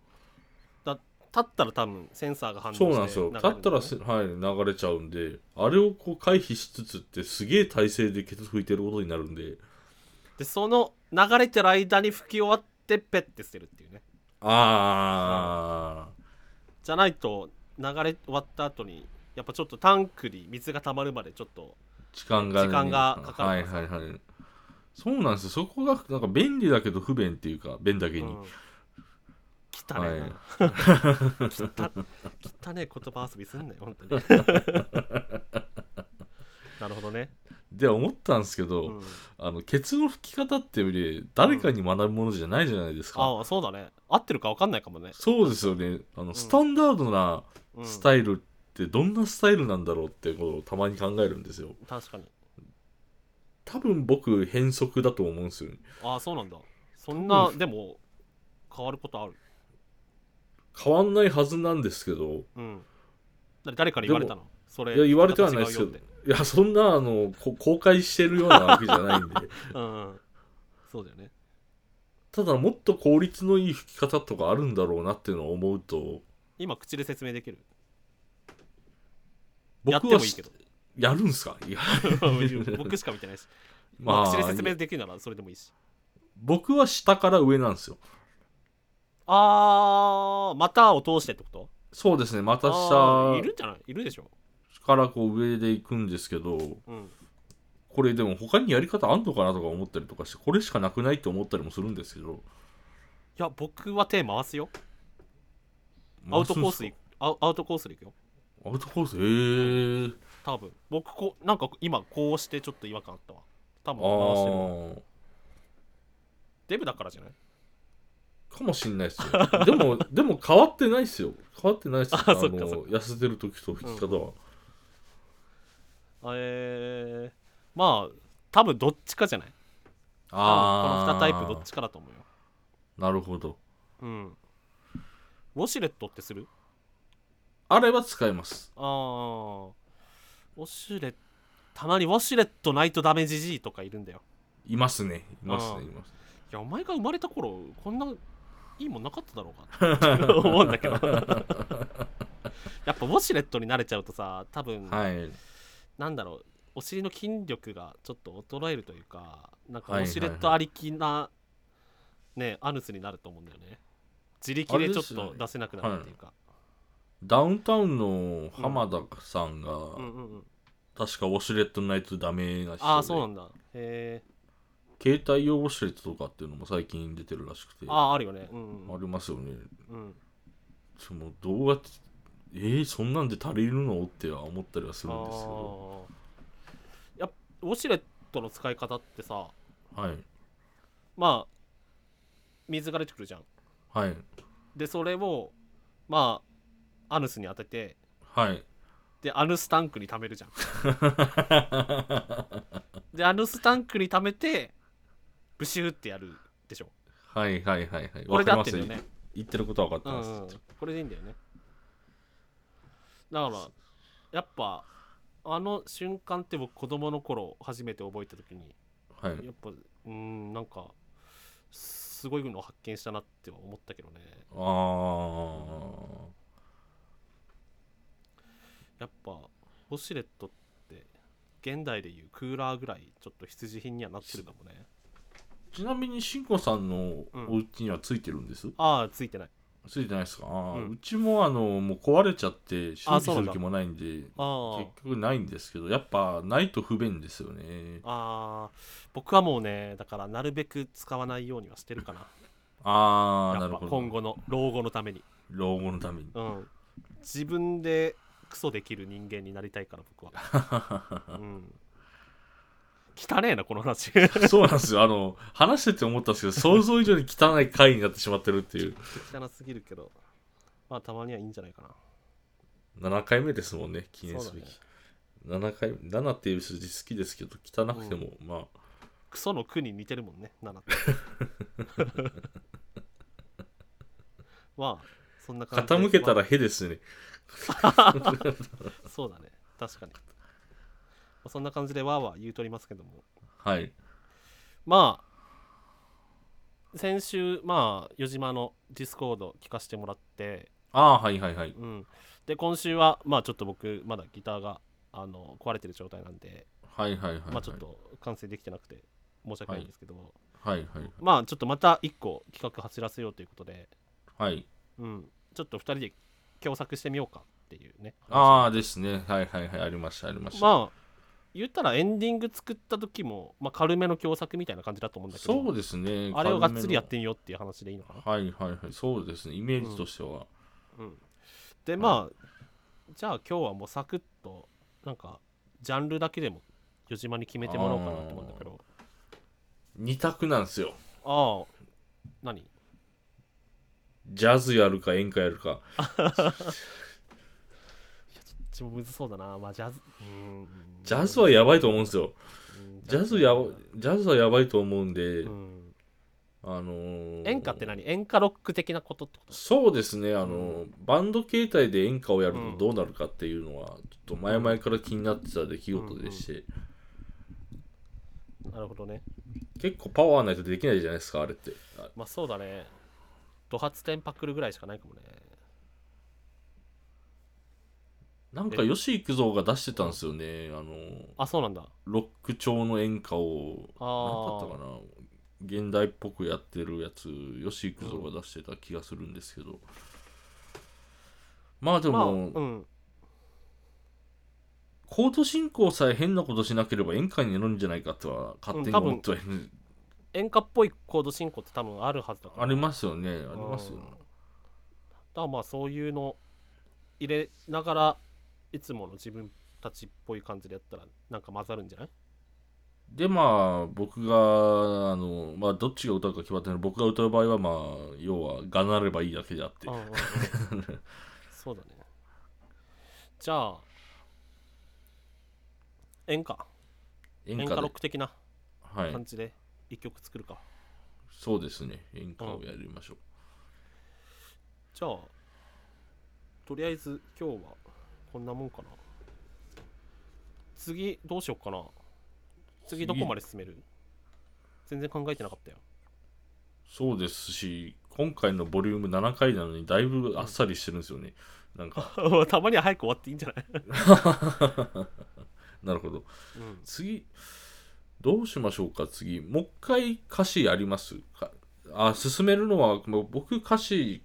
[SPEAKER 1] 立ったら多分センサーが反応して
[SPEAKER 2] そうなんですよ立ったらせ、はい、流れちゃうんであれをこう回避しつつってすげえ体勢でケツ拭いてることになるんで
[SPEAKER 1] でその流れてる間に吹き終わってペッて捨てるっていうね
[SPEAKER 2] ああ
[SPEAKER 1] じゃないと流れ終わった後にやっぱちょっとタンクに水が溜まるまでちょっと
[SPEAKER 2] 時間がね、
[SPEAKER 1] 時間がかか
[SPEAKER 2] は
[SPEAKER 1] る
[SPEAKER 2] い
[SPEAKER 1] からさ
[SPEAKER 2] はいはいそうなんですよそこがなんか便利だけど不便っていうか便だけ
[SPEAKER 1] う
[SPEAKER 2] に、
[SPEAKER 1] ん汚ねえな、
[SPEAKER 2] はい
[SPEAKER 1] 汚 汚ねえ言葉遊びすんなよ本 当になるほどね、
[SPEAKER 2] で思ったんですけど、
[SPEAKER 1] うん、
[SPEAKER 2] あのケツの拭き方ってより誰かに学ぶものじゃないじゃないですか、
[SPEAKER 1] ああそうだね合ってるか分かんないかもね、
[SPEAKER 2] そうですよねあの、スタンダードな
[SPEAKER 1] うん、
[SPEAKER 2] スタイルってどんなスタイルなんだろうってことをたまに考えるんですよ
[SPEAKER 1] 確かに
[SPEAKER 2] 多分僕変則だと思うんですよね
[SPEAKER 1] ああそうなんだそんな、
[SPEAKER 2] うん
[SPEAKER 1] でも変わることある
[SPEAKER 2] 変わんないはずなんですけど
[SPEAKER 1] うんだ誰から言われたのそれ
[SPEAKER 2] いや言われてはないですけど
[SPEAKER 1] 形違うよ
[SPEAKER 2] いやそんなあのこ公開してるようなわけじゃない んで
[SPEAKER 1] ってうんうんそうだよね
[SPEAKER 2] ただもっと効率のいい吹き方とかあるんだろうなっていうのを思うと
[SPEAKER 1] 今口で説明できるやっ
[SPEAKER 2] 僕
[SPEAKER 1] て
[SPEAKER 2] は
[SPEAKER 1] もいいけど
[SPEAKER 2] やるんすかいや
[SPEAKER 1] 僕しか見てないし、まあ、
[SPEAKER 2] ま
[SPEAKER 1] 口で
[SPEAKER 2] あ
[SPEAKER 1] 説明できるならそれでもいいし
[SPEAKER 2] 僕は下から上なんですよ
[SPEAKER 1] あーまたを通してってこと
[SPEAKER 2] そうですねまた
[SPEAKER 1] あーい
[SPEAKER 2] 下
[SPEAKER 1] るんじゃないいるでしょ、
[SPEAKER 2] からこう上で行くんですけど
[SPEAKER 1] うん、
[SPEAKER 2] これでも他にやり方あんのかなとか思ったりとかしてこれしかなくないって思ったりもするんですけど
[SPEAKER 1] いや僕は手回すよアウトコース
[SPEAKER 2] 回すん
[SPEAKER 1] い
[SPEAKER 2] すか
[SPEAKER 1] アウアウトコースでいくよ
[SPEAKER 2] アウトコースええー、
[SPEAKER 1] 多分僕こうなんか今こうしてちょっと違和感あったわ多分回してるわ
[SPEAKER 2] ああ
[SPEAKER 1] デブだからじゃない
[SPEAKER 2] かもしんないっすよ。でも、 でも変わってないっすよ。変わってないっすよ。
[SPEAKER 1] あ
[SPEAKER 2] あ
[SPEAKER 1] そっか
[SPEAKER 2] の
[SPEAKER 1] そっ
[SPEAKER 2] 痩せてる時と吹き方は。
[SPEAKER 1] えー、まあ多分どっちかじゃない多分この2タイプどっちかだと思うよ
[SPEAKER 2] なるほど。
[SPEAKER 1] うんウォシュレットってする
[SPEAKER 2] あれは使います。
[SPEAKER 1] あーウォシュレットたまにウォシュレットないとダメじじいとかいるんだよ
[SPEAKER 2] いますね。います
[SPEAKER 1] あー
[SPEAKER 2] ね。います。
[SPEAKER 1] いやお前が生まれた頃こんないいもんなかっただろうかって 思うんだけどやっぱウォシュレットに慣れちゃうとさ多分、
[SPEAKER 2] はい。
[SPEAKER 1] なんだろうお尻の筋力がちょっと衰えるというかなんか
[SPEAKER 2] はいは
[SPEAKER 1] ウ
[SPEAKER 2] いはい
[SPEAKER 1] ォシュレットありきな、ねアヌスになると思うんだよね自力でちょっ
[SPEAKER 2] あれです
[SPEAKER 1] と
[SPEAKER 2] ね
[SPEAKER 1] 出せなくなるっていうか、
[SPEAKER 2] ダウンタウンの浜田さんが、
[SPEAKER 1] うんうんうん
[SPEAKER 2] 確かウォシュレットないとダメな人で、
[SPEAKER 1] ああそうなんだへえ
[SPEAKER 2] 携帯用ウォシュレットとかっていうのも最近出てるらしくて、あ
[SPEAKER 1] ああーあるよねうんうん
[SPEAKER 2] りますよね。
[SPEAKER 1] うん
[SPEAKER 2] その動画って、えー、そんなんで足りるのっては思ったりはす
[SPEAKER 1] あ
[SPEAKER 2] るんですけど。
[SPEAKER 1] ーやっぱウォシュレットの使い方ってさ
[SPEAKER 2] はい。
[SPEAKER 1] まあ水が出てくるじゃん
[SPEAKER 2] はい。
[SPEAKER 1] でそれをまあアヌスに当てて
[SPEAKER 2] はい。
[SPEAKER 1] でアヌスタンクに溜め るじゃんでアヌスタンクに溜めてブシューってやるでしょ
[SPEAKER 2] はいはいはいはい。
[SPEAKER 1] これで合
[SPEAKER 2] わ
[SPEAKER 1] っ
[SPEAKER 2] か
[SPEAKER 1] て
[SPEAKER 2] り
[SPEAKER 1] る
[SPEAKER 2] ま
[SPEAKER 1] よ
[SPEAKER 2] す
[SPEAKER 1] ね
[SPEAKER 2] 言ってることは分か
[SPEAKER 1] う
[SPEAKER 2] っ
[SPEAKER 1] ん
[SPEAKER 2] てます。
[SPEAKER 1] うん、これでいいんだよねだからやっぱあの瞬間って僕子供の頃初めて覚えた時に
[SPEAKER 2] はい。
[SPEAKER 1] やっぱうんなんかすごいのを発見したなっては思ったけどね
[SPEAKER 2] あー
[SPEAKER 1] やっぱウォシュレットって現代でいうクーラーぐらいちょっと必需品にはなってるかもね
[SPEAKER 2] ちなみに、しんこさんのお家にはついてるんです、
[SPEAKER 1] ああついてない
[SPEAKER 2] ついてないですか、あー
[SPEAKER 1] うん
[SPEAKER 2] うちもあのもう壊れちゃって、修
[SPEAKER 1] あ
[SPEAKER 2] 理
[SPEAKER 1] そ
[SPEAKER 2] す
[SPEAKER 1] うなん
[SPEAKER 2] る
[SPEAKER 1] だ
[SPEAKER 2] 気もないんで、
[SPEAKER 1] ああ
[SPEAKER 2] 結局ないんですけど、やっぱないと不便ですよね。
[SPEAKER 1] あー僕はもうねだからなるべく使わないようにはしてるかな
[SPEAKER 2] ああ、
[SPEAKER 1] や
[SPEAKER 2] な
[SPEAKER 1] っぱ
[SPEAKER 2] るほ
[SPEAKER 1] 今後
[SPEAKER 2] ど。
[SPEAKER 1] の老後のために、
[SPEAKER 2] 老後のために。
[SPEAKER 1] うん、自分でクソできる人間になりたいから僕は、うん、汚ねえなこの話
[SPEAKER 2] そうなんですよ。あの、話してて思ったんですけど、想像以上に汚い回になってしまってるっていう。
[SPEAKER 1] 汚すぎるけどまあたまにはいいんじゃないかな
[SPEAKER 2] 7回目ですもんね記念すべき、
[SPEAKER 1] そ
[SPEAKER 2] 7回7っていう数字好きですけど汚くても、まあ
[SPEAKER 1] クソの句に似てるもんね7って まあそんな感じで
[SPEAKER 2] 傾けた
[SPEAKER 1] ま
[SPEAKER 2] らへですね
[SPEAKER 1] あそうだね確かに、まあそんな感じでわーわー言うとりますけども
[SPEAKER 2] はい
[SPEAKER 1] まあ先週まあ余島のディスコード聞かせてもらって、
[SPEAKER 2] ああーはいはいはい
[SPEAKER 1] うん、で今週はまあちょっと僕まだギターがあの壊れてる状態なんで、
[SPEAKER 2] はいはいはいはい
[SPEAKER 1] まあちょっと完成できてなくて申し訳ないんですけど、
[SPEAKER 2] はいはい
[SPEAKER 1] まあちょっとまた1個企画走らせようということで、
[SPEAKER 2] はい
[SPEAKER 1] うん、ちょっと2人で共作してみようかっていうね
[SPEAKER 2] ああですねはいはいはいありましたありました、
[SPEAKER 1] まあ言ったらエンディング作った時も、まあ、軽めの共作みたいな感じだと思うんだけど
[SPEAKER 2] そうですね
[SPEAKER 1] あれをがっつりやっ
[SPEAKER 2] 軽
[SPEAKER 1] てみようっていう話でいいのかな
[SPEAKER 2] めのはいはいはいそうですねイメージとしては、
[SPEAKER 1] うん、でまあじゃあ今日はもうサクッとなんかジャンルだけでも余島に決めてもらおうかなと思うんだけど
[SPEAKER 2] 二択なんですよ
[SPEAKER 1] ああ何
[SPEAKER 2] ジャズやるか演歌やるか
[SPEAKER 1] ちもむずそうだなまあジャズうーん
[SPEAKER 2] ジャズはやばいと思うんですよ
[SPEAKER 1] うん
[SPEAKER 2] ジャズやジャズはやばいと思うんで、
[SPEAKER 1] うん
[SPEAKER 2] あのー
[SPEAKER 1] 演歌って何演歌ロック的なことってこと
[SPEAKER 2] そうですねあの、バンド形態で演歌をやる
[SPEAKER 1] うん
[SPEAKER 2] とどうなるかっていうのは、ちょっと前々から気になってた出来事でして、
[SPEAKER 1] なるほどね
[SPEAKER 2] 結構パワーないとできないじゃないですかあれってあ
[SPEAKER 1] まあそうだねドハツテンパクるぐらいしかないかもね
[SPEAKER 2] なんか吉幾三が出してたんですよねあの
[SPEAKER 1] あそうなんだ
[SPEAKER 2] ロック調の演歌を
[SPEAKER 1] あ
[SPEAKER 2] 何だった
[SPEAKER 1] ー
[SPEAKER 2] かな現代っぽくやってるやつ吉幾三が出してた気がするんですけど、まあで
[SPEAKER 1] まあう
[SPEAKER 2] も、
[SPEAKER 1] ん
[SPEAKER 2] コート進行さえ変なことしなければ演歌になるんじゃないかとは勝手に思ってはいる、
[SPEAKER 1] 演歌っぽいコード進行って多分あるはずだから
[SPEAKER 2] ありますよねありますよ、ね
[SPEAKER 1] うんだからまあそういうの入れながらいつもの自分たちっぽい感じでやったらなんか混ざるんじゃない
[SPEAKER 2] でまあ僕があの、まあ、どっちが歌うか決まってない僕が歌う場合はまあ要はがなればいいだけであって
[SPEAKER 1] うんうんうん そうだねじゃあ演歌
[SPEAKER 2] 演
[SPEAKER 1] 演
[SPEAKER 2] 歌
[SPEAKER 1] 歌
[SPEAKER 2] で
[SPEAKER 1] ロック的な
[SPEAKER 2] はい
[SPEAKER 1] 感じで一曲作るか、
[SPEAKER 2] そうですね演歌をやりましょう、
[SPEAKER 1] じゃあとりあえず今日はこんなもんかな次どうしよっかな次どこまで進める全然考えてなかったよ
[SPEAKER 2] そうですし今回のボリューム7回なのにだいぶあっさりしてるんですよねなんか
[SPEAKER 1] たまには早く終わっていいんじゃない、
[SPEAKER 2] なるほど
[SPEAKER 1] うん、
[SPEAKER 2] 次どうしましょうか次もう一回歌詞ありますかあ進めるのはもう僕歌詞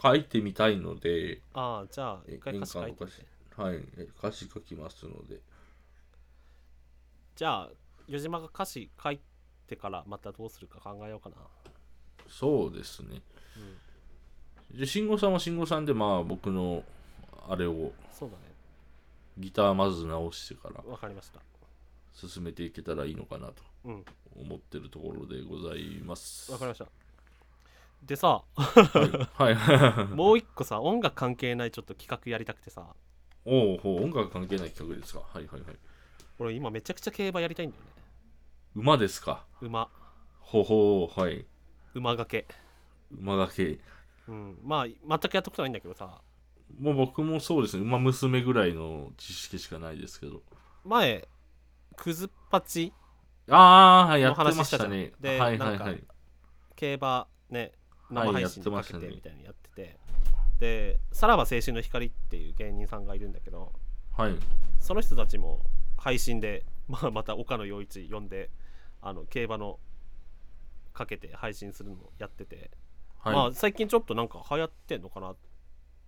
[SPEAKER 2] 書いてみたいので
[SPEAKER 1] ああじゃあ
[SPEAKER 2] え
[SPEAKER 1] 一回歌詞書いて
[SPEAKER 2] 演歌
[SPEAKER 1] み
[SPEAKER 2] の
[SPEAKER 1] て
[SPEAKER 2] 歌詞はいえ歌詞書きますので
[SPEAKER 1] じゃあ余島が歌詞書いてからまたどうするか考えようかな
[SPEAKER 2] そうですね、で慎吾さんは慎吾さんでまあ僕のあれを
[SPEAKER 1] そうだね
[SPEAKER 2] ギターまず直してから
[SPEAKER 1] わかりました
[SPEAKER 2] 進めていけたらいいのかなと
[SPEAKER 1] うん
[SPEAKER 2] 思ってるところでございます
[SPEAKER 1] わかりましたで さ
[SPEAKER 2] はいはい
[SPEAKER 1] もう一個さ音楽関係ないちょっと企画やりたくてさ
[SPEAKER 2] おうほう音楽関係ない企画ですかはいはいはい
[SPEAKER 1] 俺今めちゃくちゃ競馬やりたいんだよね
[SPEAKER 2] 馬ですか
[SPEAKER 1] 馬
[SPEAKER 2] ほほうはい
[SPEAKER 1] 馬掛け
[SPEAKER 2] 馬がけ
[SPEAKER 1] うんまあ全くやったことないんだけどさ
[SPEAKER 2] もう僕もそうですね馬娘ぐらいの知識しかないですけど
[SPEAKER 1] 前クズっぱち
[SPEAKER 2] ああはいや
[SPEAKER 1] の
[SPEAKER 2] って
[SPEAKER 1] 話
[SPEAKER 2] ま
[SPEAKER 1] し
[SPEAKER 2] した
[SPEAKER 1] じゃ
[SPEAKER 2] た
[SPEAKER 1] ん
[SPEAKER 2] ね
[SPEAKER 1] で
[SPEAKER 2] はいは
[SPEAKER 1] ないんか
[SPEAKER 2] はい
[SPEAKER 1] 競馬ね生配信にかけ
[SPEAKER 2] はいやってました
[SPEAKER 1] て
[SPEAKER 2] ね
[SPEAKER 1] みたいにやってて、でさらば青春の光っていう芸人さんがいるんだけど
[SPEAKER 2] はい
[SPEAKER 1] その人たちも配信で、 まあ、また岡野陽一呼んであの競馬のかけて配信するのをやってて、
[SPEAKER 2] はい
[SPEAKER 1] ま
[SPEAKER 2] は
[SPEAKER 1] あ最近ちょっとなんか流行ってんのかなっ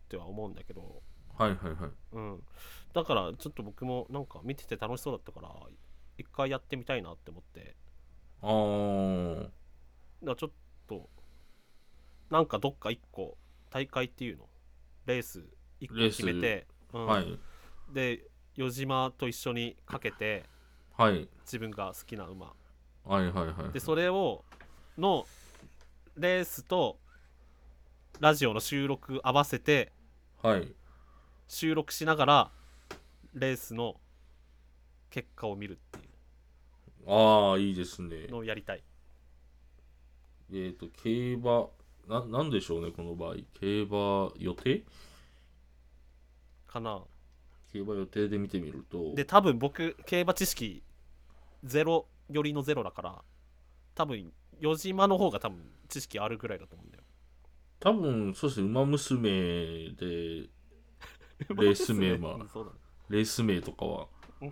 [SPEAKER 1] ては思うんだけど、
[SPEAKER 2] いはいはい
[SPEAKER 1] うん、だからちょっと僕もなんか見てて楽しそうだったから一回やってみたいなって思って
[SPEAKER 2] あー
[SPEAKER 1] だからちょっとなんかどっか一個大会っていうのレース一個
[SPEAKER 2] レース
[SPEAKER 1] 決めて、うん
[SPEAKER 2] はい
[SPEAKER 1] で余島と一緒にかけて
[SPEAKER 2] はい
[SPEAKER 1] 自分が好きな馬
[SPEAKER 2] はいはいはい
[SPEAKER 1] でそれをのレースとラジオの収録合わせて
[SPEAKER 2] はい
[SPEAKER 1] 収録しながらレースの結果を見るってい
[SPEAKER 2] ああいいですね
[SPEAKER 1] うのをやりたい
[SPEAKER 2] えっ、と競馬ななんでしょうねこの場合競馬予定
[SPEAKER 1] かな
[SPEAKER 2] 競馬予定で見てみると
[SPEAKER 1] で多分僕競馬知識ゼロ寄りのゼロだから多分余島の方が多分知識あるぐらいだと思うんだよ
[SPEAKER 2] 多分そうですね馬娘でレース名は
[SPEAKER 1] うん そうだね
[SPEAKER 2] レース名とかは
[SPEAKER 1] う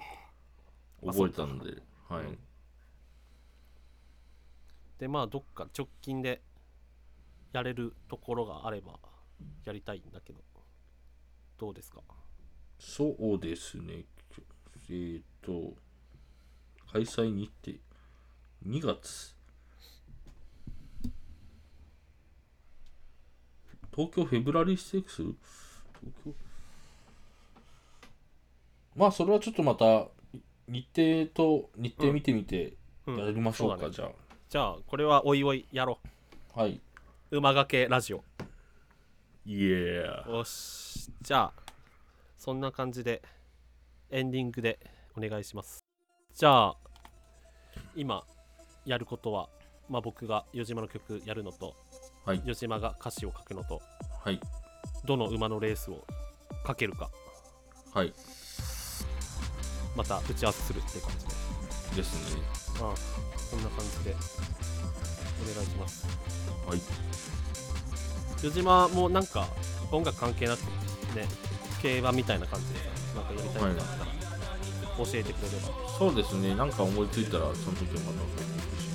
[SPEAKER 1] ん
[SPEAKER 2] 覚えたので、はい、
[SPEAKER 1] でまあどっか直近でやれるところがあればやりたいんだけどどうですか
[SPEAKER 2] そうですねえっ、と開催日程2月東京フェブラリーステークス東京まあそれはちょっとまた日程と日程見てみて
[SPEAKER 1] う
[SPEAKER 2] や
[SPEAKER 1] ん
[SPEAKER 2] りましょうか、
[SPEAKER 1] そうだね
[SPEAKER 2] じゃ
[SPEAKER 1] じゃあこれはおいおいやろ
[SPEAKER 2] あはいう
[SPEAKER 1] 馬掛けラジオ
[SPEAKER 2] イエー
[SPEAKER 1] よしじゃあそんな感じでエンディングでお願いしますじゃあ今やることは、まあ、僕が余島の曲やるのと
[SPEAKER 2] はい
[SPEAKER 1] 余島が歌詞を書くのと
[SPEAKER 2] はい
[SPEAKER 1] どの馬のレースをかけるか
[SPEAKER 2] はい
[SPEAKER 1] また打ち合わせするっていう感じで
[SPEAKER 2] ですね
[SPEAKER 1] ああそんな感じでお願いします
[SPEAKER 2] はい
[SPEAKER 1] 余島もなんか音楽関係なくね競馬みたいな感じでさなんかやりたいことがあったら教えてくれれば、
[SPEAKER 2] そうですねなんか思いついたらその時はまた送ってほし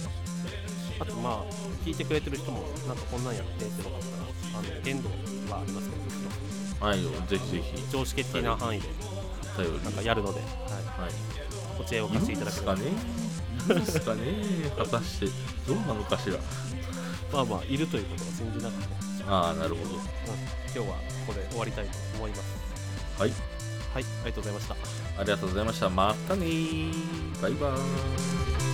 [SPEAKER 2] いな
[SPEAKER 1] あとまあ聞いてくれてる人もなんかこんなんやってってのがあったらあの限度はありますけど
[SPEAKER 2] はいぜひぜひ
[SPEAKER 1] 常識的な範囲で
[SPEAKER 2] 頼り
[SPEAKER 1] なんかやるので、はい、
[SPEAKER 2] はい
[SPEAKER 1] お知恵を
[SPEAKER 2] い
[SPEAKER 1] 貸
[SPEAKER 2] る
[SPEAKER 1] して
[SPEAKER 2] ん
[SPEAKER 1] いただ
[SPEAKER 2] で
[SPEAKER 1] けれ
[SPEAKER 2] す
[SPEAKER 1] ば
[SPEAKER 2] かねいるんですかね果たしてどうなのかしら
[SPEAKER 1] まあまあいるということは信じなくて、
[SPEAKER 2] ああなるほど
[SPEAKER 1] うん今日はここで終わりたいと思います
[SPEAKER 2] はい
[SPEAKER 1] はいありがとうございました
[SPEAKER 2] ありがとうございましたまたねーバイバーイ